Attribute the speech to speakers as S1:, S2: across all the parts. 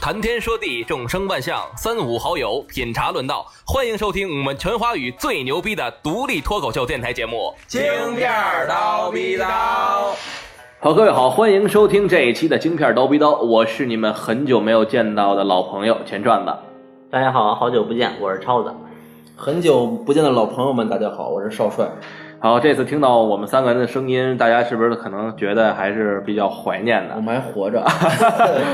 S1: 谈天说地，众生万象，三五好友品茶论道，欢迎收听我们全华语最牛逼的独立脱口秀电台节目。
S2: 京片儿刀逼刀，
S1: 好，各位好，欢迎收听这一期的《京片刀逼刀》，我是你们很久没有见到的老朋友钱转子。
S3: 大家好，好久不见，我是超子。
S2: 很久不见的老朋友们，大家好，我是少帅。
S1: 好，这次听到我们三个人的声音，大家是不是可能觉得还是比较怀念
S2: 我
S1: 的？
S2: 们还活 着，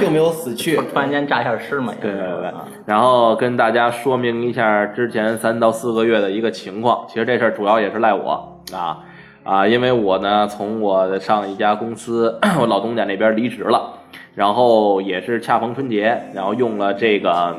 S2: 并没有死去。
S3: 突然间炸一下尸嘛？也
S1: 对
S3: 是
S1: 对对
S3: 啊。
S1: 然后跟大家说明一下之前三到四个月的一个情况，其实这事儿主要也是赖我啊啊，因为我呢从我的上一家公司我老东家那边离职了，然后也是恰逢春节，然后用了这个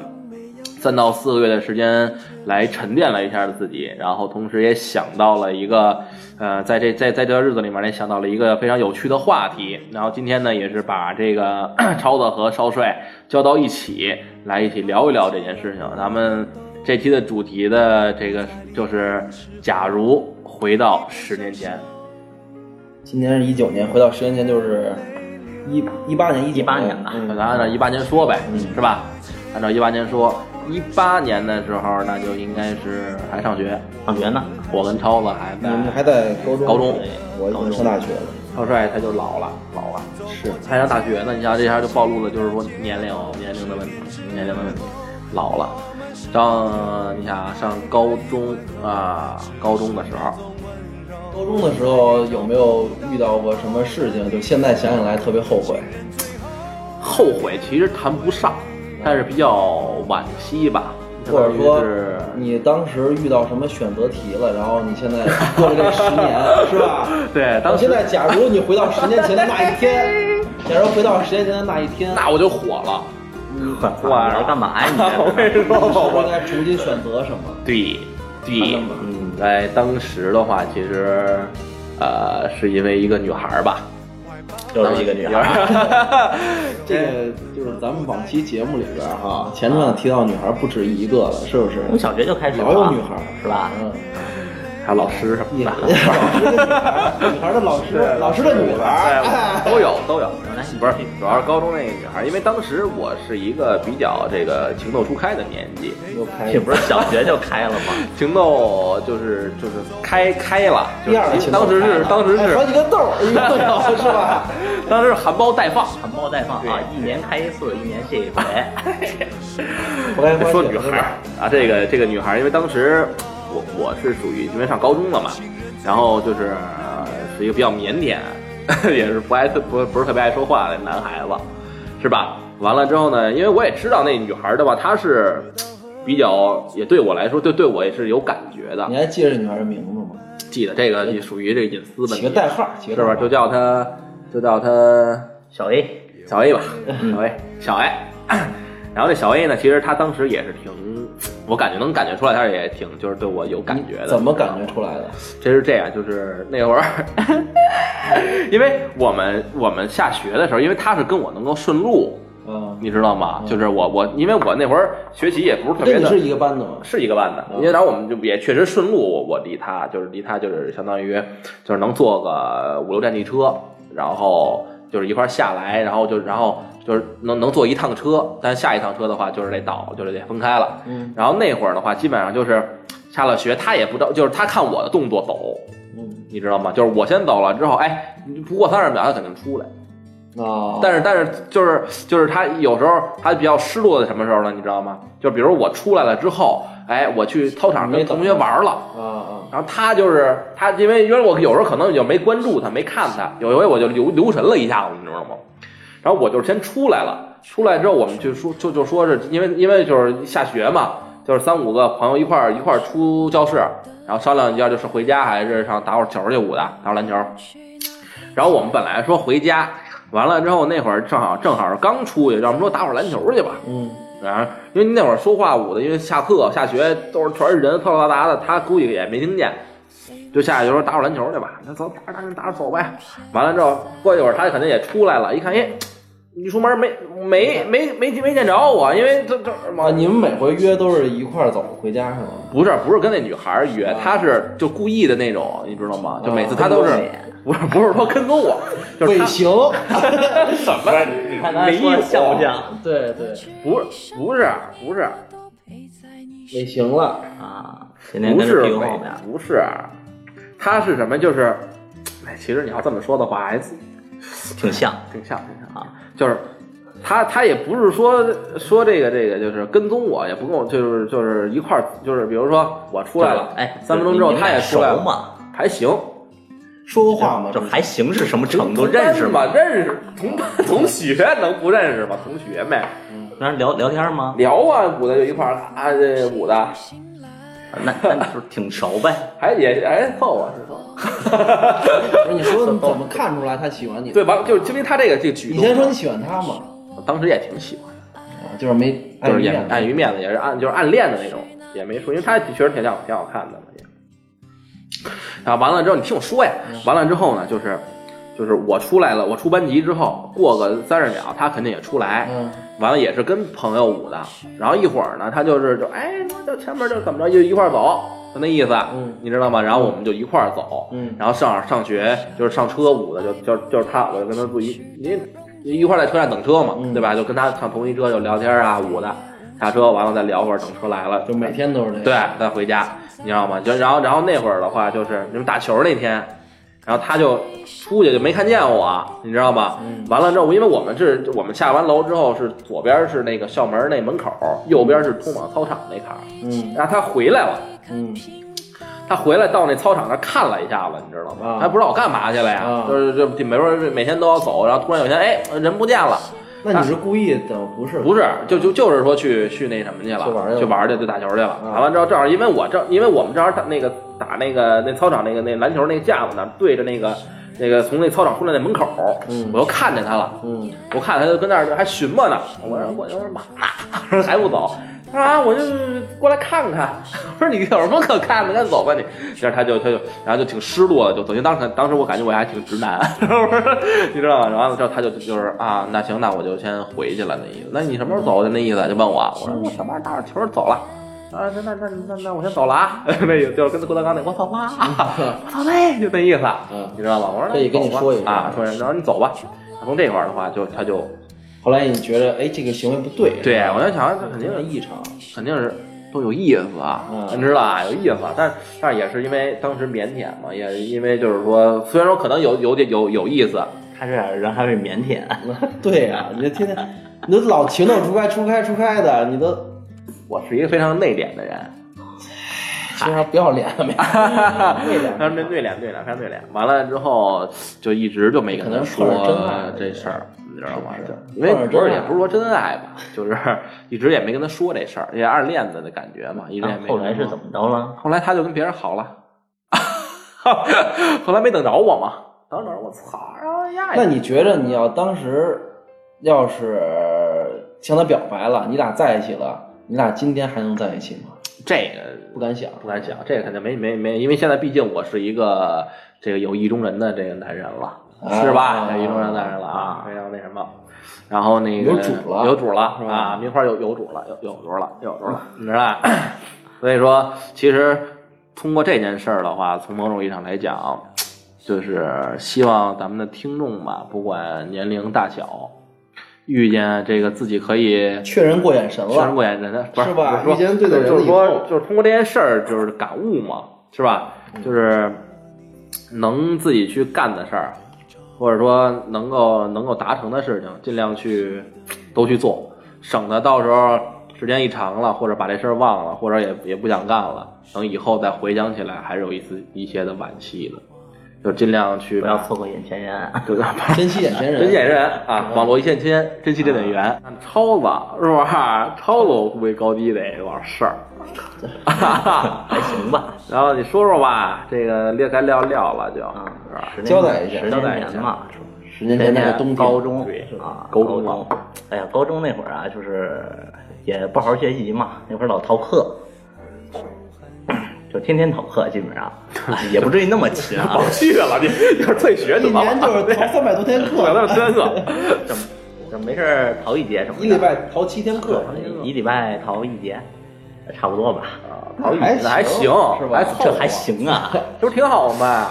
S1: 三到四个月的时间来沉淀了一下自己，然后同时也想到了一个，呃，在这在在这段日子里面呢，想到了一个非常有趣的话题。然后今天呢，也是把这个 超子和少帅叫到一起来一起聊一聊这件事情。咱们这期的主题的这个就是，假如回到十年前，
S2: 今年是一九年，回到十年前就是一一八年，一九
S3: 18年吧
S2: 嗯
S1: 那咱按照一八年说呗，
S2: 嗯
S1: 是吧？按照一八年说，一八年的时候那就应该是还上学，
S3: 放学呢？
S1: 我跟超子还
S2: 你
S1: 在
S2: 们还在高中？
S1: 高中
S2: 我已经上大学了。
S1: 少帅他就老了，老了，是他上大学呢，你像这下就暴露了，就是说年龄年龄的问题，年龄的问题，老了。上你想啊上高中啊，高中的时候，
S2: 高中的时候有没有遇到过什么事情？就现在想想来特别后悔。
S1: 后悔其实谈不上，但是比较惋惜吧，
S2: 或者
S1: 相
S2: 说
S1: 当于是
S2: 你当时遇到什么选择题了，然后你现在过了这十年，是吧？
S1: 对，
S2: 我
S1: 当时
S2: 现在，假如你回到十年前的那一天，假如回到十年前的那一 天，
S1: 那我就火 了，
S3: 我儿干嘛
S2: 哎
S3: 呀？你
S1: 嗯 我
S3: 这
S1: 跟
S3: 是
S1: 你说，我
S2: 你是不是应该重新选择什么？
S1: 对
S2: 发
S1: 对
S2: 生了，
S1: 嗯，在当时的话，其实呃是因为一个女孩儿吧，
S3: 又是一个 女孩。
S1: 孩。
S2: 这个就是咱们往期节目里边哈，前段提到女孩不止一个了，是不是？
S3: 从小学就开始了
S2: 老有女孩
S3: 是吧？
S2: 嗯，
S1: 还有老师什么
S2: 你
S1: 的，
S2: 老 师的女孩，女孩的老师，老师的女孩，哎
S1: 对，都有都有。
S3: 原来
S1: 不是，主要是高中那个女孩，因为当时我是一个比较这个情窦初开的年纪，
S2: 又哎开
S3: 这不是小学就开了吗？
S1: 情窦就是就是开开了，就
S2: 第二个
S1: 是
S2: 情
S1: 当
S2: 况
S1: 时
S2: 开
S1: 是
S2: 了
S1: 当时
S2: 哎
S1: 是
S2: 好几个豆儿， 哎呦是吧？
S1: 当时是含苞待放。
S3: 含苞待放啊！
S1: 对
S3: 一年开一次，一年谢一回。
S2: 我跟
S1: 说女孩儿啊，这个这个女孩儿，因为当时我我是属于因为上高中了嘛，然后就是、呃是一个比较腼腆， 也是不爱特不不是特别爱说话的男孩子，是吧？完了之后呢，因为我也知道那女孩儿的吧，她是比较也对我来说，对对我也是有感觉的
S2: 你。还记着这女孩的名字吗？
S1: 记得这个也属于这个隐私问
S2: 起个
S1: 题，
S2: 代号，起个
S1: 是
S2: 代号
S1: 吧？就叫她就叫她
S3: 小 A，
S1: 小 A 吧，
S2: 嗯
S1: 小 A，小 A。然后这小 A 呢，其实他当时也是挺，我感觉能感觉出来，他也挺就是对我有感觉的。
S2: 怎么感觉出来的？
S1: 这是这样，就是那会儿， 因为我们我们下学的时候，因为他是跟我能够顺路，
S2: 嗯，
S1: 你知道吗？就是我我因为我那会儿学习也不是特别
S2: 跟你
S1: 的，
S2: 是一个班的吗？
S1: 是一个班的，因为然后我们就也确实顺路，我我离他就是离他就是相当于就是能坐个五六站地车，然后就是一块儿下来，然后就然后就是能能坐一趟车，但下一趟车的话就是得倒，就是得分开了。
S2: 嗯
S1: 然后那会儿的话，基本上就是下了学，他也不知道，就是他看我的动作走，
S2: 嗯
S1: 你知道吗？就是我先走了之后，哎，不过三十秒他肯定出来。
S2: 啊，
S1: 但是但是就是就是他有时候他比较失落的什么时候呢？你知道吗？就比如我出来了之后，哎，我去操场跟同学玩了。
S2: 啊啊，
S1: 嗯然后他就是他，因为因为我有时候可能就没关注他，没看他，有一回我就留留神了一下子，你知道吗？然后我就先出来了，出来之后我们就说就就说是因为因为就是下学嘛，就是三五个朋友一块儿一块儿出教室，然后商量一下就是回家还是上打会儿球去舞的，打会儿篮球。然后我们本来说回家，完了之后那会儿正好正好是刚出去，让我们说打会儿篮球去吧。
S2: 嗯，
S1: 啊，因为那会儿说话舞的，因为下课下学都是全是人，嘈嘈杂杂的，他估计也没听见，就下去就说打会儿篮球去吧，那走打着打着打着走呗。完了之后过一会儿他肯定也出来了，一看，哎，李叔门没没没没没见着我，因为他他
S2: 啊，你们每回约都是一块儿走回家是吗？
S1: 不是不是跟那女孩儿约，他是就故意的那种，你知道吗？就每次他都是
S3: 跟踪你
S1: 不是不是说跟踪我，就是
S2: 尾
S1: 他
S2: 行，
S3: 怎么了？你看他
S1: 没
S3: 说
S1: 有
S3: 的像不像
S2: 对对，
S1: 不是不是不是
S2: 尾行了，
S3: 啊？天天
S1: 不
S3: 跟着
S1: 是
S3: 屁股
S1: 没
S3: 后面，
S1: 不是，他是什么？就是，哎，其实你要这么说的话，还挺
S3: 挺像
S1: 像挺像，
S3: 啊。
S1: 就是。他他也不是说说这个这个就是跟踪我，也不跟我就是就是一块儿就是比如说我出来了，
S3: 哎，
S1: 三分钟之后
S3: 你们
S1: 他也
S3: 俩
S1: 出来
S3: 熟
S1: 了，
S3: 嘛？
S1: 还行，
S2: 说过话
S1: 哎
S2: 吗？
S3: 这还行是什么程度？
S1: 同班
S3: 认识吗？
S1: 吗？认识，同班同学能不认识吗？同学呗，
S3: 那聊聊天吗？
S1: 聊啊，舞的就一块儿啊，这舞的
S3: 那那就是挺熟呗。
S1: 还也还凑合是吧？
S2: 不是你说你怎么看出来他喜欢 你？
S1: 对，完了就是因为他这个这个举动，
S2: 你先说你喜欢他吗？
S1: 我当时也挺喜欢，
S2: 啊，就是没
S1: 的，就是也
S2: 面子
S1: 碍于面子，也是暗就是暗恋的那种，也没说，因为他确实挺像挺好看的嘛也。啊，完了之后你听我说呀，完了之后呢，就是就是我出来了，我出班级之后过个三十秒，他肯定也出来，
S2: 嗯，
S1: 完了也是跟朋友舞的，然后一会儿呢，他就是就哎，就前面就怎么着，就一块儿走，就那意思，
S2: 嗯
S1: 你知道吗？然后我们就一块儿走，
S2: 嗯
S1: 然后上上学就是上车舞的，就就就是他，我就跟他住一，因为一块儿在车站等车嘛，
S2: 嗯
S1: 对吧？就跟他上同一车就聊天啊，舞的，下车完了再聊会儿，等车来了哎
S2: 就每天都是这
S1: 对
S2: 样。，
S1: 再回家，你知道吗？就然后然后那会儿的话，就是你们打球那天，然后他就出去就没看见我，你知道吗？
S2: 嗯
S1: 完了之后，因为我们是我们下完楼之后是左边是那个校门那门口，右边是通往操场那坎儿，
S2: 嗯
S1: 然后他回来了。
S2: 嗯，
S1: 他回来到那操场那儿看了一下子，你知道吗？
S2: 啊
S1: 还不知道我干嘛去了呀？
S2: 啊
S1: 就是这每天每天都要走，然后突然有一天，哎，人不见了，
S2: 那你是故意的？不是，
S1: 不是，就就就是说去去那什么去了，
S2: 去玩儿去了
S1: 去玩儿去，就打球去了。
S2: 啊
S1: 打完之后，正好因为我正因为我们正好打那个打那个那操场那个那篮球那个架子那儿对着那个那个从那操场出来那门口，
S2: 嗯
S1: 我又看见他了，
S2: 嗯，
S1: 我看他就跟那儿还寻摸呢，我说我就是嘛呢，还不走。他说啊，我就是过来看看。 我说你有什么可看的？赶紧走吧你。然后他就他就，然后就挺失落的，就等于当时当时我感觉我还挺直男， 我说你知道吗？然后之后他就就是啊，那行，那我就先回去了那意思。那你什么时候走的那意思？就问我，我说我上班打会儿球走了。啊，那那那那那我先走了啊， 那意思就是跟郭德纲那我走啦， 我走嘞，就那意思，啊
S2: 嗯
S1: 你知道吗？我说那
S2: 可以跟你
S1: 走吧
S2: 说一声
S1: 啊，说一声，然后你走吧。从这块儿的话，就他就
S2: 后来你觉得，哎，这个行为不对。
S1: 对
S2: 是吧
S1: 我在想他肯
S2: 肯
S1: 定
S2: 定
S1: 有
S2: 有异常。
S1: 肯定是都有意思啊，
S2: 嗯
S1: 你知道吧？有意思，啊但但也是因为当时腼腆嘛，也是因为就是说，虽然说可能有有点有有意思，
S3: 他这样人还会腼腆。
S2: 对呀，你这天天，你都老情窦初开、初开、初开的，你都
S1: 我是一个非常内敛的人，
S2: 经常不要脸 了没？嗯内
S1: 非常内
S2: 敛。
S1: 内敛内敛，非常内敛。完了之后就一直就没跟他说
S2: 可能是真爱
S1: 这事儿，你知道吗？
S2: 是不
S1: 就
S2: 是
S1: 因为
S2: 碰
S1: 不
S2: 上真
S1: 是
S2: 爱
S1: 也不是说真爱吧，就是 一直也没跟他说这事儿，也暗恋的那感觉嘛，一直也
S2: 啊
S3: 然后
S1: 没。
S3: 后来是怎？么着了？
S1: 后来他就跟别人好了， 后来没等着我嘛，等着我操，然后呀。
S2: 那你觉得你要当时要是向他表白了，你俩在一起了，你俩今天还能在一起吗？
S1: 这个
S2: 不敢想。
S1: 不敢想，这个肯定没没没，因为现在毕竟我是一个这个有意中人的这个男人了，
S2: 啊
S1: 是吧？有意中人的男人了啊，非常那什么。然后那个
S2: 有主了
S1: 有主了
S2: 是吧
S1: 啊，名花有有主了，有有主了，有主了，
S2: 嗯
S1: 你知道吧？ 所以说，其实通过这件事儿的话，从某种意义上来讲，就是希望咱们的听众吧，不管年龄大小，遇见这个自己可以
S2: 确认过眼神
S1: 确认
S2: 了，
S1: 过眼神的，不
S2: 是吧
S1: 就是
S2: 遇见
S1: 说，
S2: 对的人了
S1: 就是
S2: 以
S1: 说
S2: 后，嗯
S1: 就是通过这件事儿，就是感悟嘛，是吧？就是能自己去干的事儿，或者说能够能够达成的事情，尽量去都去做，省得到时候时间一长了，或者把这事儿忘了，或者也也不想干了，等以后再回想起来，还是有一丝一些的惋惜的，就尽量去
S3: 不要错过眼前人。
S1: 就
S2: 珍惜眼前人。
S1: 珍惜眼人啊，网络一线牵，珍惜这点缘。啊超子是吧？超子我估计高低得有点事 儿。
S3: 还行吧，
S1: 然后你说说吧，这个列该聊聊了就，
S3: 啊
S1: 是吧？，
S3: 十年
S2: 交代一下
S3: 十
S1: 交代
S3: 年
S1: 一下
S3: 前嘛，
S2: 十年前那个冬天，
S3: 高中
S1: 对
S3: 啊，
S1: 高
S3: 高
S1: 中了
S3: 哎呀，高中那会儿啊，就是也不好好学习嘛，那会儿老逃课，嗯就天天逃课，基本 上哎也不至于那么勤 啊。
S1: 去了，你就是退学
S2: 一年就是逃三百多天
S1: 我
S2: 课，
S1: 深刻。
S3: 就没事儿逃一节什么 的。
S2: 一礼拜逃七天课，
S3: 一礼拜逃一节，差不多吧。
S1: 啊，逃椅子还行，
S2: 是吧
S1: 还凑合
S3: 这还，行啊，
S1: 这不挺好 吗？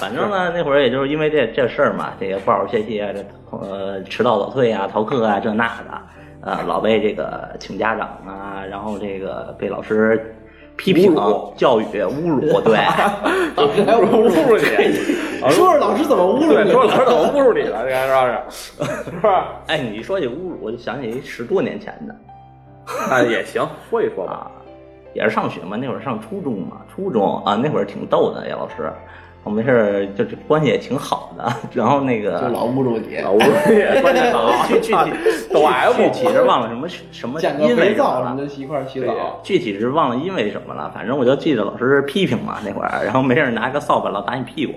S3: 反正呢，那会儿也就是因为这这事儿嘛，这个不好好学习啊，这呃迟到早退啊、逃课啊这那的，呃老被这个请家长啊，然后这个被老师批评
S1: 侮辱、
S3: 教育、侮辱，对，
S2: 老师还侮辱
S1: 侮辱你，
S2: 说说老师怎么侮辱
S1: 对，
S2: 你？
S1: 说老师怎么侮辱你了？这个是不 是？是吧？
S3: 哎，你一说起侮辱，我就想起十多年前的
S1: 那啊也行，说一说吧。
S3: 啊，也是上学嘛，那会儿上初中嘛，初中啊那会儿挺逗的，呀，老师，我们没事儿就这关系也挺好的，然后那个
S2: 就老侮辱你，
S1: 老啊侮辱你，关 键老
S3: 具具体
S1: 抖 M，
S3: 具体是忘了什么什么
S2: 捡个
S3: 因为
S2: 肥
S3: 什
S2: 皂
S3: 么
S2: 什么
S3: 了。
S2: 的一块儿洗澡。
S3: 具体是忘了因为什么了，反正我就记得老师批评嘛那会儿，然后没事儿拿个扫把老打你屁股，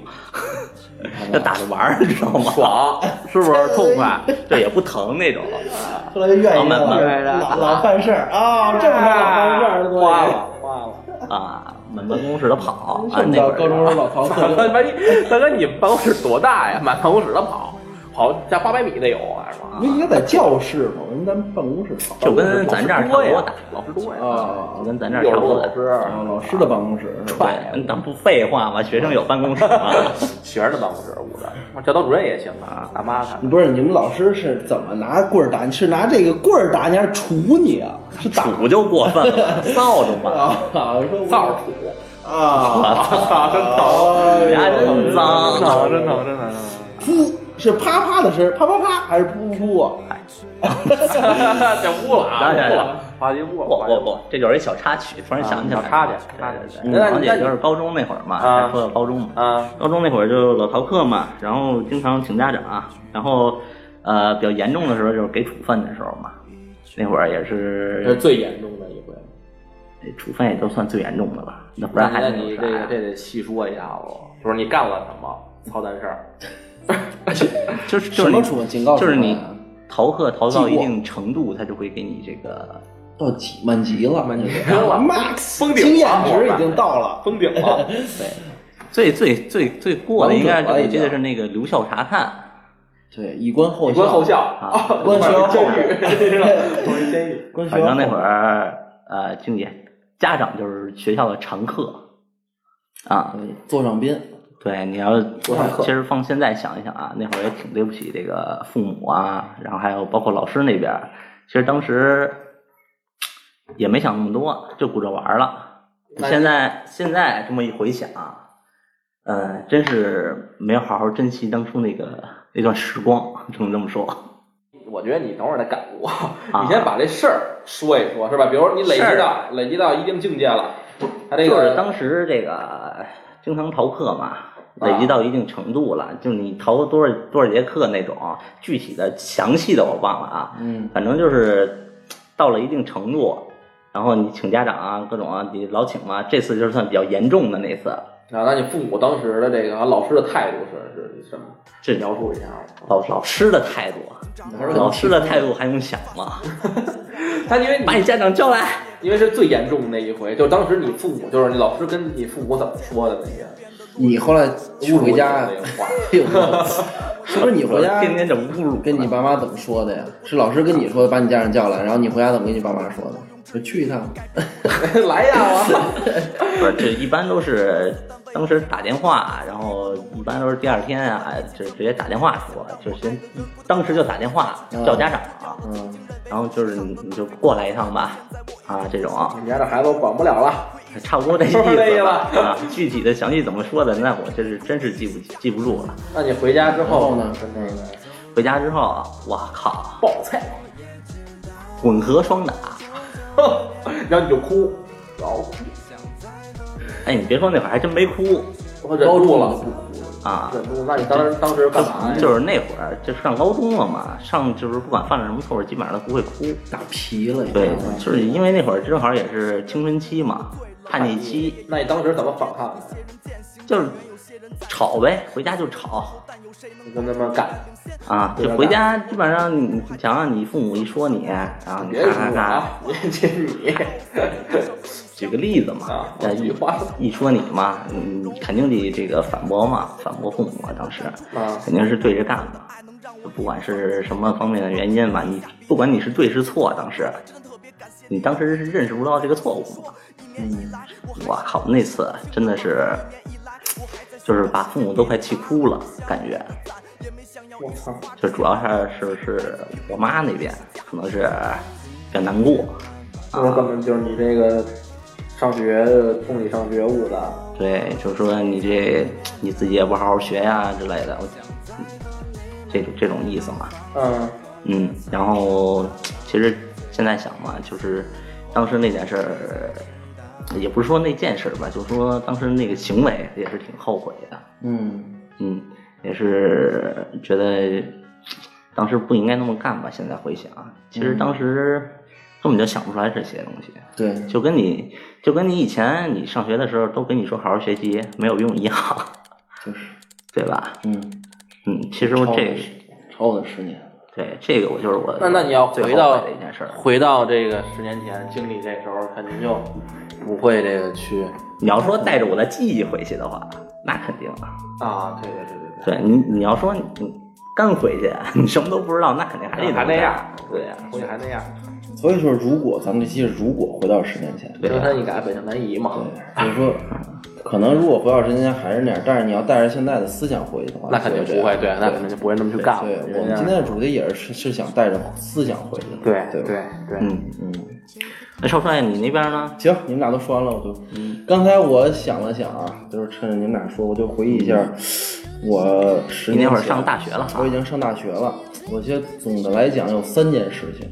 S3: 就打着玩儿，你知道吗？
S1: 爽，是不是痛快？
S3: 对，也不疼那种。
S2: 后来就愿意
S3: 慢慢
S1: 来哎
S2: 了，老老犯事儿啊，这么着老犯事儿，对
S1: 花了花了。
S3: 啊，满办公室的跑啊，
S2: 上
S3: 那
S2: 到
S3: 会儿
S2: 高中时候老 逃
S1: 大哥，
S2: 课，
S1: 万一大哥，你们办公室多大呀？满办公室的跑，跑加八百米得有啊，是吧？
S2: 不应该在教室吗？为什么咱们办公室逃？
S3: 就跟咱这儿差不多大，
S1: 老师多呀，
S2: 啊
S3: 就跟咱这儿差不多大
S1: 老。师
S2: 啊，老师的办公室是吧？
S3: 对，咱不废话吗？学生有办公室吗？
S1: 学生的办公室捂着，教导主任也行啊，大妈他们。
S2: 不是你们老师是怎么拿棍儿打你？是拿这个棍儿打你，还是杵你啊？是打
S3: 杵就过分了，扫帚嘛。
S2: 啊？说
S1: 造着土，
S2: 啊！
S1: 操，真
S2: 哎
S3: 呀真脏
S1: 真疼，真疼，真疼！
S2: 噗，是啪啪的声，啪啪啪，还是噗噗啊噗？
S1: 哎 这污了啊，污了，话题啊污了，
S3: 不不不，这就是一小插曲，突然想起来了。
S1: 啊小插曲
S3: 对
S1: 插曲嗯
S3: 对
S1: 那
S3: 对，
S1: 你
S3: 也就是高中那会儿嘛，
S1: 啊
S3: 咱说到高中嘛，
S1: 啊，
S3: 高中那会儿就老逃课嘛，然后经常请家长啊，然后呃比较严重的时候就是给处分的时候嘛，那会儿也
S1: 这是
S3: 是
S1: 最严重的一回。
S3: 这处分也都算最严重的吧，那不然还
S1: 那
S3: 能
S1: 你
S3: 有啊
S1: 这
S3: 啥
S1: 个
S3: 呀？
S1: 这得细说一下我，就是你干了什么操蛋事儿？
S3: 就是就
S2: 什
S3: 是
S2: 么
S3: 你
S2: 处？警告
S1: 啊
S3: 就是你逃课逃到
S2: 记
S3: 一
S2: 过
S3: 定程度，他就会给你这个
S2: 到几满级了，满级
S1: 了
S2: max
S1: 封顶了
S2: 经验值已经到了。
S1: 封顶了，
S3: 最最最最过的应该
S2: 王
S3: 是
S2: 者了
S3: 我
S2: 已
S3: 记
S2: 经
S3: 得是那个留校查看。
S2: 对，以观后
S1: 以
S2: 效，
S1: 观后效
S3: 啊
S2: 关学校
S1: 监狱， 关于监狱。
S2: 观学
S3: 反
S2: 校
S3: 正那会儿，呃，静姐家长就是学校的常客啊。
S2: 对座上宾，
S3: 对，你要
S1: 常客
S3: 其实放现在想一想啊，那会儿也挺对不起这个父母啊，然后还有包括老师那边儿。其实当时也没想那么多，就顾着玩儿了。
S1: 那
S3: 现在现在这么一回想，呃，真是没有好好珍惜当初那个那段时光，只能这么说。
S1: 我觉得你等会儿再感悟，你先把这事儿说一说，是吧？比如你累积到累积到一定境界了，他这
S3: 就是
S1: 个
S3: 当时这个经常逃课嘛，累积到一定程度了，就你逃多少多少节课那种，具体的详细的我忘了啊，
S2: 嗯，
S3: 反正就是到了一定程度，然后你请家长啊，各种啊，你老请嘛，这次就是算比较严重的那次。
S1: 啊，那你父母当时的这个老师的态度是是什么？
S3: 这
S1: 描述一下。啊
S3: 老老师的态度，老师的态度还用想吗？
S1: 他因为
S3: 把
S1: 你
S3: 你家长叫来，
S1: 因为是最严重的那一回，就当时你父母就是你老师跟你父母怎么说的那些
S2: 你后来回家
S1: 侮辱你的那个话，
S2: 哎呦 是不是你回家
S3: 天天怎么侮辱
S2: 跟你爸妈怎么说的呀？是老师跟你说把你家长叫来，然后你回家怎么跟你爸妈说的？我去一趟，
S1: 来呀！我 操
S3: 不是，这一般都是当时打电话，然后一般都是第二天啊，就直接打电话说，就是先当时就打电话叫家长啊，
S2: 嗯，
S3: 然后就是你你就过来一趟吧，啊，这种啊
S1: 你家这孩子我管不了了，
S3: 差不多这意
S1: 是不是这意
S3: 思
S1: 思
S3: 吧啊，具体的详细怎么说的，那我这是真是记不记不住了。
S1: 那你回家之
S2: 然后
S1: 后
S2: 呢？
S3: 回家之后，我靠，
S1: 爆菜，
S3: 混合双打，
S1: 然后你就哭，然后
S3: 哎，你别说那会儿还真没哭
S1: 我忍
S2: 高
S1: 住
S2: 中
S1: 了
S2: 就，不哭了，
S3: 啊，
S1: 忍住。那你当时当时干嘛呀？
S3: 就是那会儿就是上高中了嘛，上就是不管犯了什么错，基本上都不会哭。
S2: 打皮了，
S3: 对
S2: 你知道吗，
S3: 就是因为那会儿正好也是青春期嘛，叛逆期，
S1: 那你当时怎么反抗的？
S3: 就是吵呗，回家就吵
S1: 你跟他们干，
S3: 啊，就回家基本上你你想让你父母一说你，然后你
S1: 别
S3: 看
S1: 说我
S3: 看看，
S1: 啊，别接你
S3: 举个例子嘛
S1: 啊，，
S3: 呃
S1: 一句
S3: 一
S1: 话
S3: 一说你嘛，你肯定得这个反驳嘛，反驳父母嘛，当时
S1: 啊，
S3: 肯定是对着干的。就不管是什么方面的原因吧，你不管你是对是错，当时你当时是认识不到这个错误。嗯，我靠，那次真的是，就是把父母都快气哭了，感觉。
S4: 我操，
S3: 就主要是是是我妈那边可能是比较难过，啊
S4: 就是根本就是你这个上学从你上学误的，
S3: 对，就说你这你自己也不好好学呀、之类的，我讲嗯这种这种意思嘛。
S4: 嗯，
S3: 嗯，然后其实现在想嘛，就是当时那件事儿，也不是说那件事儿吧，就说当时那个行为也是挺后悔的。
S2: 嗯，
S3: 嗯，也是觉得当时不应该那么干吧。现在回想，啊其实当时根本就想不出来这些东西，
S2: 对，
S3: 就跟你就跟你以前你上学的时候都跟你说好好学习没有用一样，
S2: 就是，
S3: 对吧？
S2: 嗯，
S3: 嗯，其实我这
S2: 超超过了十年，
S3: 对这个我就是我
S1: 那那你要
S3: 最
S1: 回到
S3: 后悔的一件事儿。
S1: 回到这个十年前经历这时候，肯定就不会这个去
S3: 你要说带着我的记忆回去的话，那肯定啊。
S1: 啊，对对对对对。
S3: 对你你要说你刚回去，啊你什么都不知道，那肯定还得
S1: 还那样
S3: 干对啊呀、
S1: 估计还那样，
S2: 所以说，如果咱们这期是如果回到十年前，
S3: 对
S1: 江
S3: 呀、
S1: 山易改，本性难移嘛，
S2: 对，就是说，可能如果回到十年前还是那样，但是你要带着现在的思想回去的话，
S1: 那肯定不会，对，那肯定就不会那么去干了。
S2: 对，我
S1: 人家
S2: 们今天的主题也是是想带着思想回去的，
S1: 对
S2: 对吧
S1: 对对，
S3: 嗯，
S2: 嗯，
S3: 那少帅你那边呢？
S2: 行，你们俩都说完了，我就，刚才我想了想啊，就是趁着你们俩说，我就回忆一下，我十
S3: 你
S2: 年
S3: 那会儿
S2: 前
S3: 上大学了哈
S2: 我已，经上大学了。我觉得总的来讲有三件事情，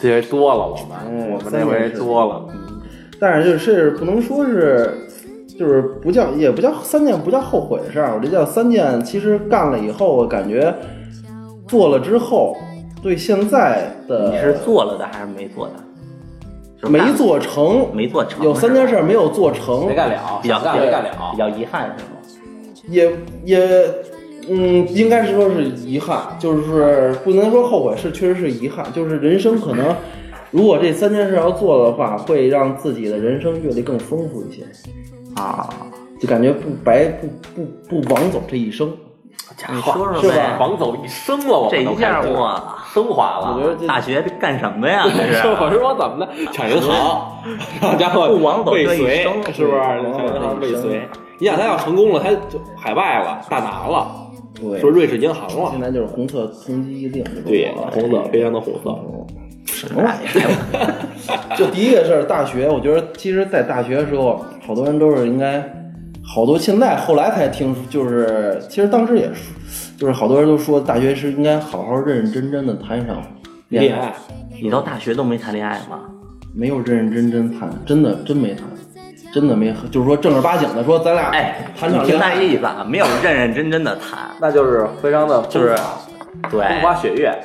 S1: 这回多了，我们
S2: 嗯
S1: 我们这回多了，嗯
S2: 但是就是不能说是，就是不叫也不叫三件不叫后悔的事儿，我这叫三件。其实干了以后，我感觉做了之后，对现在的
S3: 你是做了的还是没做的？是
S2: 没
S3: 干了
S2: 做成，
S3: 没做成，
S2: 有三件事
S3: 是
S2: 儿没有做成，
S1: 没干了，
S3: 吧比较
S1: 想干没干了啊
S3: 比，较遗憾是吗？
S2: 也也，嗯，应该是说是遗憾，就是不能说后悔，是确实是遗憾，就是人生可能，如果这三件事要做的话，会让自己的人生阅历更丰富一些，
S3: 啊，
S2: 就感觉不白不不不枉走这一生。
S3: 你说说
S1: 嗯是
S3: 呗
S1: 吧？枉走一生了，我
S3: 这
S1: 们都
S3: 一下
S1: 开始
S3: 哇，
S1: 升华
S2: 我
S1: 了
S2: 觉。得这
S3: 大学干什么呀？这是
S1: 我是说怎么的，抢银 行，好家伙，
S3: 嗯不枉走
S1: 未
S3: 这一
S1: 遂，
S3: 生嗯
S1: 是不是？
S2: 对
S1: 抢银行未
S2: 不枉走这一
S1: 遂
S2: 生。
S1: 你想他要成功了，他就海外了，大拿了，
S2: 对，
S1: 说瑞士银行了
S3: 嗯
S2: 现，在就是红色通缉令，这种
S1: 对，哎
S2: 啊
S1: 红色，非常的红
S3: 嗯
S1: 色。
S3: 什么呀？
S2: 哦 就第一个事儿，大学，我觉得其实，在大学的时候，好多人都是应该，好多现在后来才听说，就是其实当时也说，就是好多人都说大学是应该好好认认真真的谈一场
S1: 恋
S2: 恋爱，
S1: 爱，
S3: 你到大学都没谈恋爱吗？
S2: 没有认认真真谈，真的真没谈，真的没，就是说正儿八经的说咱俩
S3: 哎，
S2: 谈
S3: 你
S2: 场
S3: 听
S2: 恋
S3: 那
S2: 爱，
S3: 意思啊，没有认认真真的谈，
S1: 那就是非常的
S3: 就是对，
S1: 风花雪月，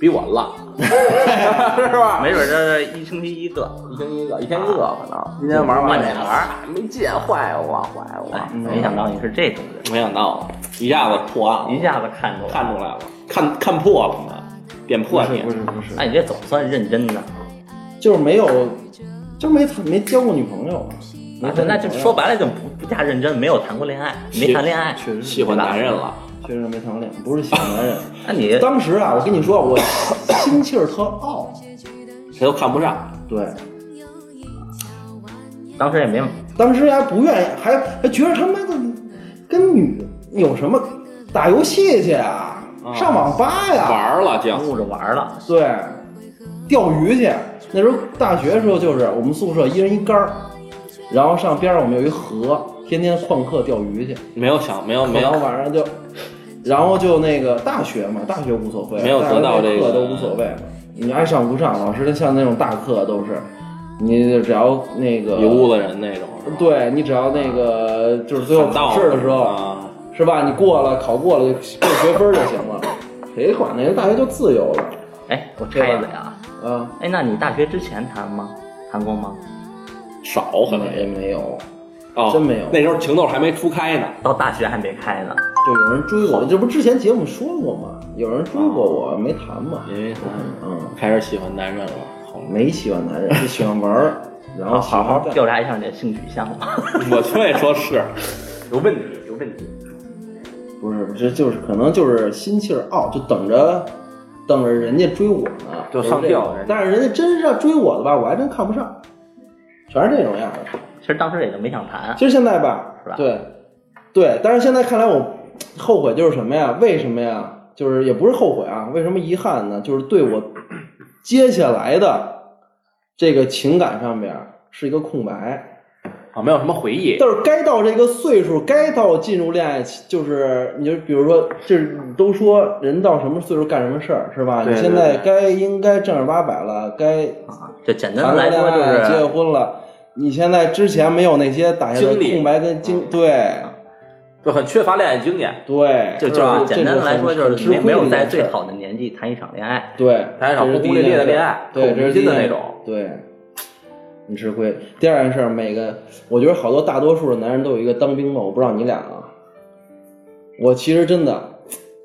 S1: 比我 浪， 是吧？
S3: 没准这是一星期一个。
S1: 一天一个，一天一个可能。今天玩
S3: 慢
S1: 啊玩
S3: 点玩，
S1: 没见坏我，坏我
S3: 哎，没想到你是这种人，
S1: 啊没想到一下子破案
S3: 一
S1: 了，
S3: 下子看出来。
S1: 看出来了，看看破了呢，点
S2: 不
S1: 破
S2: 是
S1: 你
S2: 不。是不是，
S3: 哎，你这总算认真的。
S2: 就是没有，就没谈没交过女朋友，啊没
S3: 那
S2: 谈
S3: 那
S2: 女
S3: 就
S2: 朋友
S3: 说白了就不不加认真，没有谈过恋爱，没谈恋爱。
S2: 确实
S1: 喜欢男人了，
S2: 确实没谈过恋爱，不是喜欢男人。
S3: 那你
S2: 当时啊，我跟你说，我心气儿特傲，
S1: 谁都看不上。
S2: 对，
S3: 当时也没
S2: 当时还不愿意，还还觉得他妈的跟女有什么打游戏去啊，上网吧呀，
S1: 玩儿了就
S3: 顾着玩了，
S2: 对，钓鱼去。那时候大学的时候，就是我们宿舍一人一杆儿，然后上边上我们有一河，天天旷课钓鱼去，
S1: 没有想，没有没
S2: 然后
S1: 有
S2: 晚上就，然后就那个大学嘛，大学无所谓，
S1: 没有得到
S2: 大学
S1: 这个
S2: 课都无所谓，你爱上不上，老师像那种大课都是，你只要那个
S1: 有屋子人那种，是吧
S2: 对你只要那个就是最后
S1: 喊道
S2: 考试的时候，
S1: 啊
S2: 是吧？你过了，考过了就够学分就行了，谁管那个大学就自由了
S3: 哎，我插一嘴啊，
S2: 啊？
S3: 哎，那你大学之前谈吗？谈过吗？
S1: 少可能
S2: 也没有，
S1: 哦，
S2: 真没有
S1: 那时候情窦还没初开呢，
S3: 到大学还没开呢。
S2: 就有人追我，这不之前节目说过吗？有人追过我，没谈嘛，
S1: 因为
S2: 嗯，
S1: 开始喜欢男人了。 后来
S2: 没喜欢男人，就喜欢 玩儿，然后
S3: 好好
S2: 喜欢干
S3: 调查一下你的性取向吧。
S1: 我就爱说是，有问题，有问题。
S2: 不是，这就是可能就是心气儿傲，就等着等着人家追我呢，
S4: 就上
S2: 吊
S4: 吊人家
S2: 但是人家真是要追我的吧，我还真看不上，全是这种样的。
S3: 其实当时也就没想谈，
S2: 其实现在吧，
S3: 是吧
S2: 对，对，但是现在看来我后悔就是什么呀？为什么呀？就是也不是后悔啊，为什么遗憾呢？就是对我接下来的这个情感上面是一个空白，
S1: 啊，没有什么回忆。
S2: 但是该到这个岁数，该到进入恋爱期，就是你就比如说，这都说人到什么岁数干什么事儿是吧？
S4: 对
S2: 你
S4: 对
S2: 现在
S4: 对
S2: 该应该正儿八百了，该
S3: 啊，就简单
S2: 谈过
S3: 的来
S2: 恋
S3: 说就
S2: 爱、结
S3: 是
S2: 婚了，你现在之前没有那些打下的
S1: 经历
S2: 空白跟
S3: 啊
S2: 经，对
S1: 就很缺乏恋爱经验。
S2: 对，
S3: 就就是
S2: 吧
S3: 是简单的来说
S2: 这
S3: 就是没
S2: 很
S3: 没有在
S2: 吃亏
S3: 最
S2: 的一件事儿
S3: 好的年纪谈一场恋
S1: 哎
S3: 爱，
S2: 对，
S1: 谈一场
S2: 这是
S1: 轰
S2: 第
S1: 轰
S2: 一
S1: 烈烈的
S2: 件事
S1: 恋爱
S2: 对，
S1: 恐
S2: 这
S1: 怖
S2: 是
S1: 心
S2: 第一
S1: 的
S2: 件
S1: 那
S2: 事
S1: 种
S2: 对。你吃亏。第二件事儿，每个我觉得好多大多数的男人都有一个当兵梦，我不知道你俩啊。我其实真的，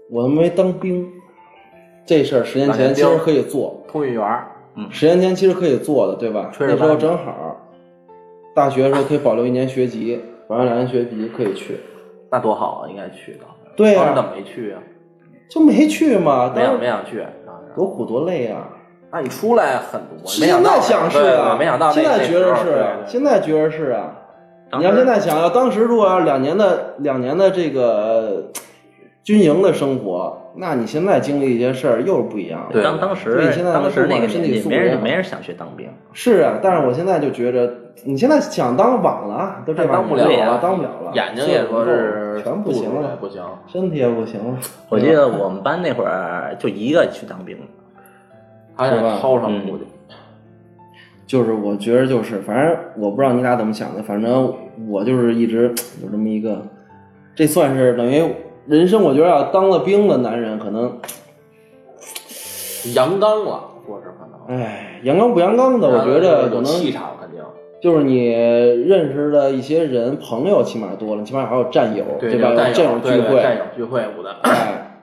S2: 我他妈没当兵，这事儿十年
S1: 当年
S2: 前其
S1: 兵
S2: 实可以做，
S1: 通讯员儿
S2: 十年前其实可以做的，对吧？
S1: 吹
S2: 那
S1: 着
S2: 时
S1: 板
S2: 候正好，大学的时候可以保留一年学籍，保留两年学籍可以去。
S1: 那多好啊，应该去的。
S2: 对呀
S1: 当时怎么没去啊？
S2: 就没去嘛，
S1: 没
S2: 当
S1: 想没
S2: 时
S1: 想去。啊当时
S2: 多苦多累啊！
S1: 那你出来很多，没
S2: 现
S1: 想到
S2: 在想是
S1: 对对
S2: 啊，
S1: 对没想到那
S2: 现在觉
S1: 那
S2: 得
S1: 时候
S2: 是啊，
S1: 对对
S2: 现在觉得是啊。
S3: 当
S2: 你
S3: 时
S2: 要现在想要，当时如果要两年的两年的这个呃军营的生活，那你现在经历一些事儿又是不一样的。
S1: 对
S3: 当当
S2: 所以
S3: 时
S2: 现在
S3: 当时那个
S2: 身
S3: 年
S2: 体
S3: 纪
S2: 素
S3: 没
S2: 质也
S3: 人
S2: 好
S3: 没人想去当兵，
S2: 是啊，但是我现在就觉着，你现在想当晚了，啊都这
S1: 当不了
S2: 了
S1: 了
S2: 当不了了，
S1: 眼睛也说是
S2: 全不行了，
S1: 不行。
S2: 身体也不行了。
S3: 我记得我们班那会儿就一个去当兵的，
S1: 他
S2: 是吧
S1: 想掏上出去，
S2: 就是我觉得就是，反正我不知道你俩怎么想的，反正我就是一直有这么一个，这算是等于人生，我觉得要当了兵的男人，可能
S1: 阳刚了，说是可能。
S2: 哎，阳刚不阳刚的，我觉
S1: 得
S2: 着可能
S1: 气场肯定
S2: 就是你认识的一些人，朋友起码多了，你起码还有战友，吧？
S1: 有
S2: 有
S1: 战
S2: 这
S1: 友
S2: 种聚
S1: 对对战
S2: 会，
S1: 友聚会舞的，
S2: 哎，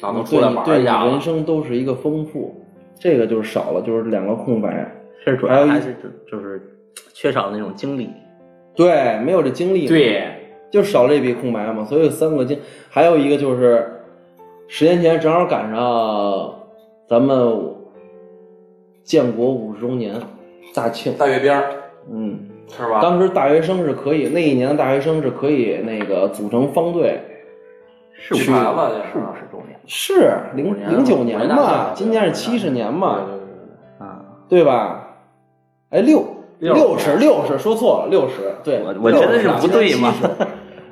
S1: 然后
S2: 你
S1: 出
S2: 对
S1: 来
S2: 你对
S1: 玩一
S2: 你
S1: 下
S2: 人
S1: 子。
S2: 生都是一个丰富，这个就是少了，就是两个空白，
S3: 其实主
S2: 还有
S3: 要
S2: 一
S3: 还是就就是缺少那种经历，
S2: 对，没有这经历，。
S1: 对，
S2: 就少了一笔空白嘛，所以有三个经，还有一个就是十年前正好赶上咱们建国五十周年大庆，
S1: 大阅兵儿
S2: 嗯，
S1: 是吧？
S2: 当时大学生是可以，那一年的大学生是可以那个组成方队，
S3: 是
S1: 去完了就是
S3: 是五十周年
S2: 是零零九年嘛，今年是七十年
S1: 嘛
S2: 嘛，，
S1: 对对对对
S3: 啊？
S2: 对吧？哎，六
S1: 六
S2: 六十六十说错了，六十对，
S3: 我我觉得是不对嘛。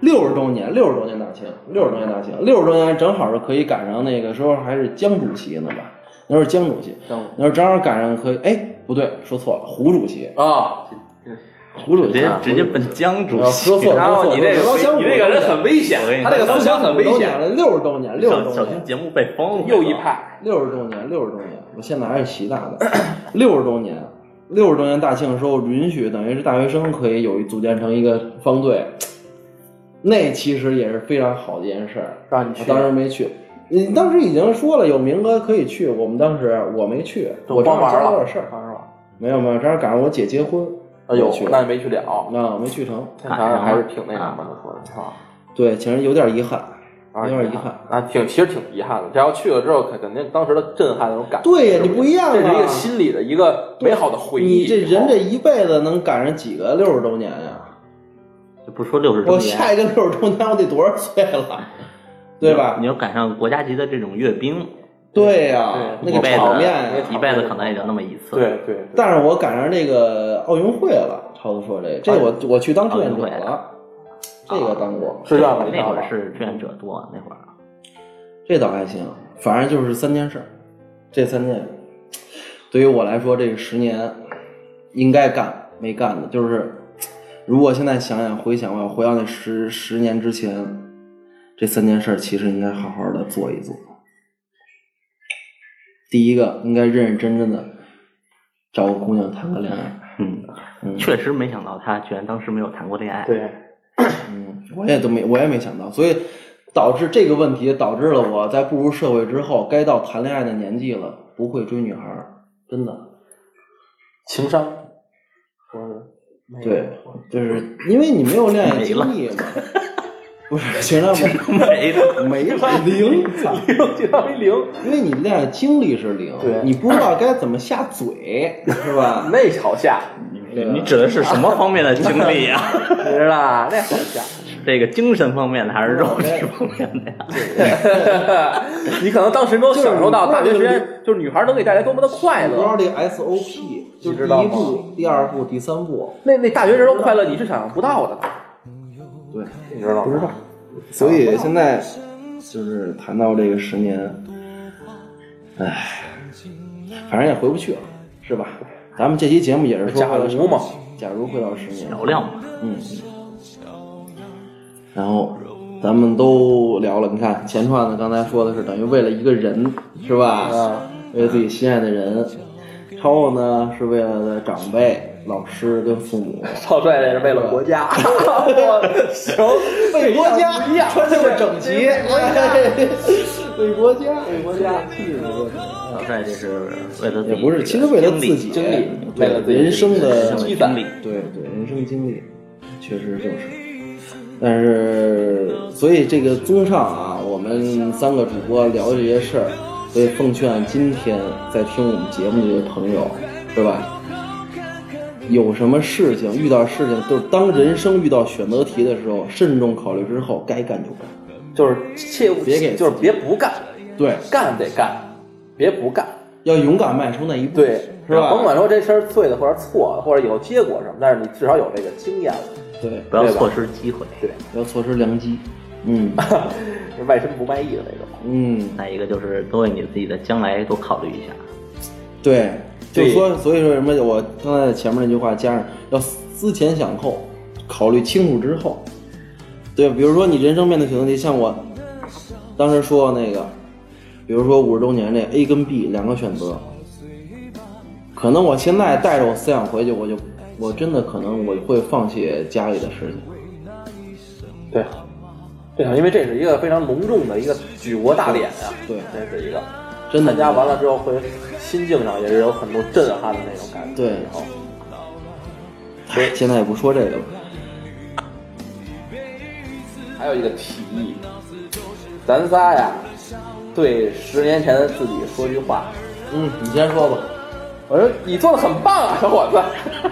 S2: 六十周年，六十周年大庆，六十周年大庆，六十周年正好是可以赶上那个时候还是江主席呢吧？那时候江主席，
S1: 江主席
S2: 那时候正好赶上可以，哎，不对，说错了，胡主席，
S1: 啊，
S2: 胡主
S3: 直
S2: 席
S3: 接
S2: 啊，
S3: 直接奔江主席，
S2: 说错了，
S1: 然
S2: 说错
S1: 后
S2: 了，
S1: 你这
S2: 老
S1: 个
S2: 想
S1: 你这个人很危险
S3: 我跟，你
S1: 他
S3: 说
S1: 这个思想很危
S2: 周年
S1: 险，
S2: 了，六十周年，六十
S3: 小
S2: 周
S3: 小
S2: 年
S3: 心，节目被封了，
S1: 右一派。
S2: 六十周年，六十周年，我现在还是习大 的。六十周年，六十周年大庆的时候，允许等于是大学生可以有一组建成一个方队，那其实也是非常好的一件事儿。
S4: 让你
S2: 我
S4: 去，
S2: 当时没去，你当时已经说了有名额可以去，我们当时我没去，
S1: 就
S2: 我
S1: 光
S2: 正好
S1: 玩
S2: 家里有
S1: 了，啊
S2: 点事儿，
S1: 光玩了。
S2: 没有没有，正好赶上我姐结婚，
S1: 哎
S2: 没
S1: 呦
S2: 去，
S1: 那也没去了，
S2: 啊没去成，
S1: 那啥还是挺那什么的，说的啊。
S2: 对，其实有点遗憾，有点遗憾。
S1: 啊，挺其实挺遗憾的。这要去了之后，肯肯定当时的震撼那种感觉。
S2: 对呀
S1: 是
S2: 你不一样啊
S1: 这是一个心理的一个美好的回忆。
S2: 你这人这一辈子能赶上几个六十周年呀、
S3: 就不说六十周
S2: 我
S3: 年，
S2: 下一个六十周年，我得多少岁 了，对吧
S3: 你？要赶上国家级的这种阅兵，
S2: 对呀、那
S1: 对
S2: 个
S3: 一辈
S2: 场
S3: 子
S2: 面
S1: 那
S2: 呀、
S1: 个
S3: 一辈子可能也就那么一次。，
S1: 对对对，
S2: 但是我赶上这个奥运会了，超子说这，这我我去当志愿者
S3: 奥运会啊
S2: 了，这个当过，
S1: 志愿者
S3: 那会儿是志愿者多，那会儿啊
S2: 这倒还行，反正就是三件事儿，这三件，对于我来说，这十年应该干没干的，就是如果现在想想回想，我要回到那十十年之前，这三件事儿其实应该好好的做一做。第一个，应该认认真真的找个姑娘谈个恋爱。
S3: 嗯，
S2: 嗯
S3: 确实没想到他居然当时没有谈过恋爱。，
S4: 对，
S2: 嗯，我也都没，我也没想到，所以导致这个问题导致了我在步入社会之后，该到谈恋爱的年纪了，不会追女孩儿，真的。
S1: 情商，
S4: 说是
S2: 对，就是因为你没有恋爱经历嘛，不是学生没
S3: 没的。
S2: 没零，操
S1: 零就当一零，
S2: 因为你们俩经历是零
S1: 对，
S2: 你不知道该怎么下嘴，是吧？
S1: 那好下，
S3: 你你指的是什么方面的经历呀、
S1: 是吧？那好下，
S3: 这个精神方面的还是肉体方面的呀？
S1: 你可能当时没有
S2: 就是
S1: 享受到
S2: 你
S1: 大学
S2: 不
S1: 时
S2: 知道
S1: 间，就是女孩能给你带来多么的快
S2: 你不知道
S1: 乐。
S2: 这个 SOP 就
S1: 你
S2: 是
S1: 知
S2: 第
S1: 道
S2: 一
S1: 吗
S2: 步、第二步、第三步，
S1: 那那大学时候的快乐你是想象不到的，
S2: 对，
S1: 你知道
S2: 不知
S1: 吗？
S2: 道。所以现在就是谈到这个十年，唉，反正也回不去了，是吧？咱们这期节目也是说
S1: 假如嘛，
S2: 假如回到十年，
S3: 聊聊嘛，
S2: 嗯，然后咱们都聊了，你看前串子刚才说的是等于为了一个人是吧？
S1: 啊
S2: 为了自己心爱的人，超后呢是为了长辈、老师跟父母，
S1: 草率也是 为了国家。 行，
S2: 为国家
S1: 不一样，
S2: 穿这么整齐，为国家，为国家，
S3: 老帅这呃是为 了自己
S2: 也不是，其实为了自己
S1: 经历为
S2: 对
S1: 了自己
S2: 人生的
S3: 积攒力，
S2: 对对，人生经历，确实就是。但是，所以这个综上啊，我们三个主播聊这些事儿，所以奉劝今天在听我们节目的这些朋友，是吧？有什么事情遇到事情，就是当人生遇到选择题的时候，慎重考虑之后，该干就干。
S1: 就是切勿
S2: 别给
S1: 就是别不干，
S2: 对，
S1: 干得干，别不干。
S2: 要勇敢迈出那一步，
S1: 对，
S2: 是吧？
S1: 甭管说这事儿对的或者错的，或者有结果什么，但是你至少有这个经验了。
S2: 对，
S3: 不要错失机会。
S1: 对，
S2: 不要错失良机。嗯
S1: 是外身不卖艺的那种。
S2: 嗯，
S3: 再一个就是多为你自己的将来多考虑一下。
S2: 对，就
S1: 对
S2: 说所以说什么，我刚才前面那句话加上要思前想后，考虑清楚之后，对，比如说你人生面对选择题，像我当时说的那个，比如说五十周年这 A 跟 B 两个选择，可能我现在带着我思想回去，我就我真的可能我会放弃家里的事情，
S1: 对，对啊，因为这是一个非常隆重的一个举国大典呀、
S2: 对
S1: 这是一个
S2: 真的
S1: 参加完了之后会心境上也是有很多震撼的那种感觉。
S2: 对
S1: 然后
S2: 哎现在也不说这个了，
S1: 还有一个提议，咱仨呀，对十年前的自己说句话。
S2: 嗯，你先说吧，
S1: 我说你做的很棒啊，小伙子。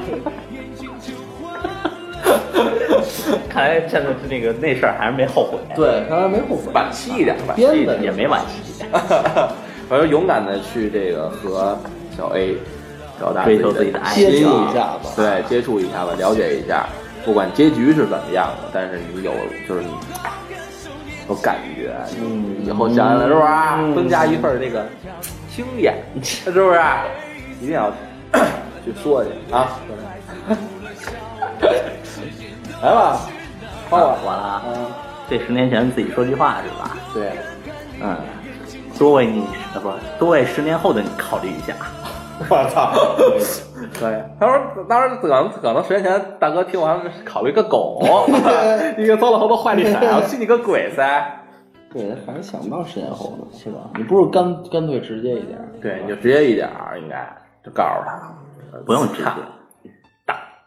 S3: 看来现在那个那事儿还是没后悔，
S2: 对，看来没后悔，
S1: 晚期一点，晚期一
S2: 编
S1: 点。
S2: 的
S3: 也没惋惜，
S1: 我说勇敢的去这个和小 A 表达
S3: 追求自己的爱啊
S1: 心
S2: 接
S1: 意
S2: 触一下吧
S1: 对，接触一下吧，了解一下，不管结局是怎么样的，但是你有就是你有感觉，
S2: 嗯
S1: 以后想想是不是啊
S2: 嗯
S1: 增加一份这个经验，是不是？一定要 去说去啊！ 来吧，换 我
S3: 我了啊
S1: 嗯，
S3: 对十年前自己说句话是吧？
S1: 对，
S3: 嗯，多为你啊不多为十年后的你考虑 一下。
S1: 我 操！可以，他说，当时可能可能十年前大哥听完考虑个 狗，一个糟了头的坏绿色，去你个鬼噻！
S2: 对，还是想不到十年后呢，是吧？你不如干干脆直接一点儿。
S1: 对，你就直接一点儿，应该就告诉他，
S3: 不用直接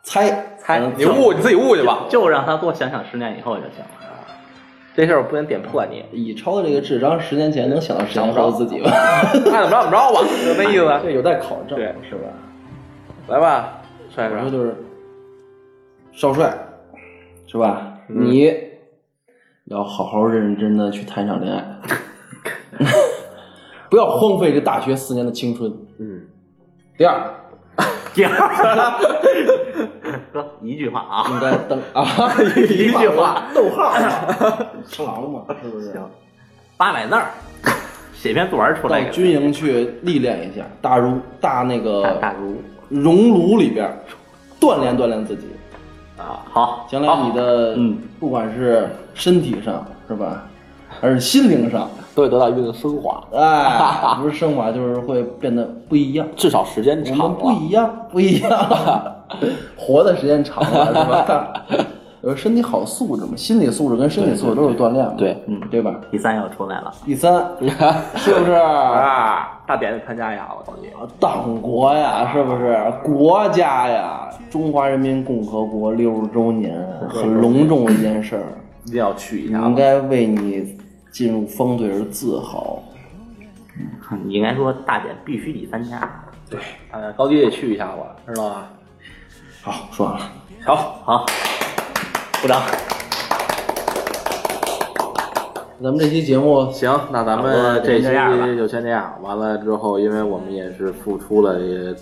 S2: 猜
S1: 猜，
S2: 嗯
S1: 你悟你自己悟去吧。
S3: 就让他多想想十年以后就行 了。
S1: 这事儿我不能点破 你，
S2: 以超的这个智商，十年前能想到十年后的自己 吗？
S1: 爱怎么着怎么着吧，就那意
S2: 这
S1: 思。
S2: 有待考证，
S1: 对
S2: 是吧？
S1: 来吧，帅
S2: 我
S1: 哥
S2: 说，就是少帅，是吧？
S1: 嗯
S2: 你要好好认认真真的去谈一场恋 爱， 不要荒废这大学四年的青春。
S1: 嗯，
S2: 第二，
S3: 第二，哥一句话啊，
S2: 应该等啊，
S3: 一句话，
S2: 逗号嘛，长嘛，是不是？
S3: 八百字儿，写篇作文出
S2: 到
S3: 来给
S2: 军营去历练一下，大如大那
S3: 大
S2: 个
S3: 大如
S2: 熔炉里边儿锻炼锻炼自己，
S3: 啊，好，
S2: 将来你的
S3: 嗯
S2: 不管是身体上是吧，还是心灵上，
S1: 都会得到一定的升华，
S2: 哎，不是升华就是会变得不一样。
S1: 至少时间
S2: 我
S1: 长
S2: 们不
S1: 了。
S2: 一样，不一样，活的时间长了是吧？呃，身体好素质嘛，心理素质跟身体素质都有锻炼嘛，
S1: 对
S2: 嗯，对吧？
S3: 第三要出来了，
S2: 第三，是不是？
S1: 啊，大典参加一下吧，兄弟。
S2: 党国呀，是不是国家呀？中华人民共和国六十周年，很隆重的一件事儿。
S1: 一定要去一
S2: 你
S1: 下
S2: 应
S1: 吧。
S2: 该为你进入风队而自豪。
S3: 你应该说大姐必须得参加。
S1: 哎高低也去一下吧，知道吧？
S2: 好，说完了。
S1: 好，
S3: 好，鼓掌。
S2: 咱们这期节目
S1: 行，那咱
S3: 差不
S1: 们
S3: 多
S1: 这
S3: 就这样吧
S1: 期就先这样。完了之后，因为我们也是复出了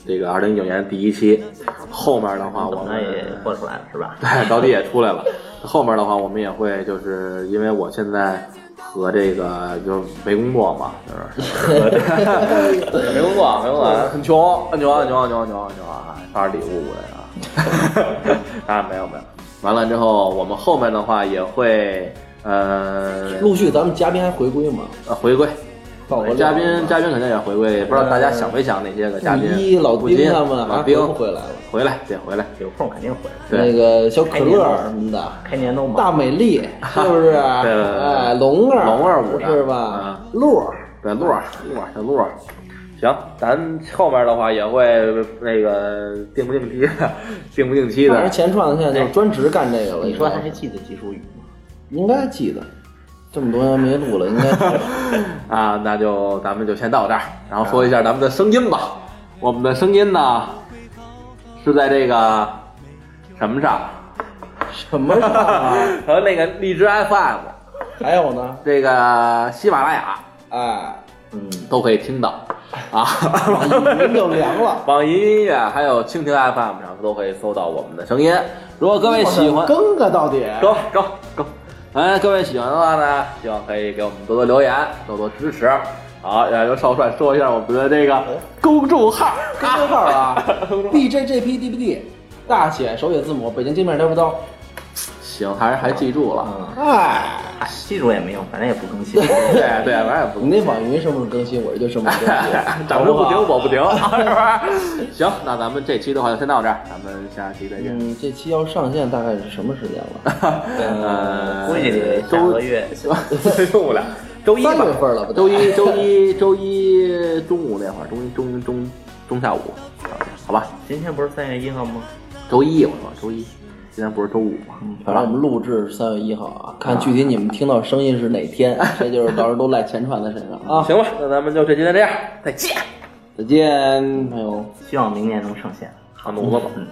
S1: 这个二零一九年第一期，后面的话我
S3: 我
S1: 们
S3: 嗯们也过出来了是吧？
S1: 对，高低也出来了。后面的话，我们也会就是因为我现在和这个就是没工作嘛，就是没工作，没工作，很穷，很穷，很穷，很穷，很穷，很穷啊！发点礼物来啊！啊，没有没有。完了之后，我们后面的话也会呃
S2: 陆续，咱们嘉宾还回归吗？
S1: 呃回归。
S2: 报个料
S1: 嘉宾嘉宾肯定也回归，也不知道大家想没想哪些个嘉宾
S2: 五。啊一老
S1: 布
S2: 丁
S1: 金
S2: 他们
S1: 老
S2: 还
S1: 丁
S2: 回不回来了？
S1: 回来得回来，
S3: 有空肯定回来。
S1: 对哎
S2: 那个小可乐什么的，
S3: 开年都忙。
S2: 大美丽是不是？
S1: 对对对对
S2: 哎，龙儿，
S1: 龙儿舞的啊
S2: 是吧？鹿儿，
S1: 对，鹿儿，鹿儿，小鹿儿。行，咱后面的话也会那个定不定期的， 定不定期
S2: 反
S1: 的
S2: 正。钱串子现在
S1: 哎
S2: 就是专职干这个了。
S3: 你说
S2: 已
S3: 他
S2: 经
S3: 还记得技术语吗？
S2: 应该记得，这么多年没录了，应该记 得
S1: 啊，那就咱们就先到这儿，然后说一
S2: 啊
S1: 下咱们的声音吧。我们的声音呢是在这个什么上？
S2: 什么上啊？
S1: 和那个荔枝 FM、
S2: 还有呢？
S1: 这个喜马拉雅
S2: 哎，
S3: 嗯，
S1: 都可以听到啊。
S2: 您就凉了。
S1: 网易音乐还有蜻蜓 FM 上都可以搜到我们的声音。如 果各位喜欢，
S2: 更个 到底，
S1: go go go，哎，各位喜欢的话呢，希望可以给我们多多留言，多多支持。好，然后由少帅说一下我们的这个公众号，
S2: 跟这号啊 ，B J J P D P D，大写首写字母，北京街面大不刀。
S1: 行，还是还记住了。
S3: 嗯，
S2: 哎，
S3: 啊技术也没用，反正也不更新。
S1: 对对，反正也不。
S2: 你那网云什么时候更新，我这就什么时候更新
S1: 掌声不停，
S2: 好好
S1: 我不停， 是不是？行，那咱们这期的话就先到这儿，咱们下期再见。
S2: 嗯，这期要上线大概是什么时间了？
S1: 呃，
S3: 嗯估计得下个月。
S1: 用不了，周一吧
S2: 三月份了吧？
S1: 周一，周一，周一中午那会儿，中一中中中下午，好吧？
S3: 今天不是三月一号吗？
S1: 周一我说周一，今天不是周五吗？
S2: 反正我们录制是三月一号啊，看具体你们听到声音是哪天，这就是到时候都赖钱串在身上啊。
S1: 行吧，那咱们就这期先这样，再见。
S2: 再见，朋友。
S3: 希望明年能上线。
S1: 好，努了吧。
S3: 嗯。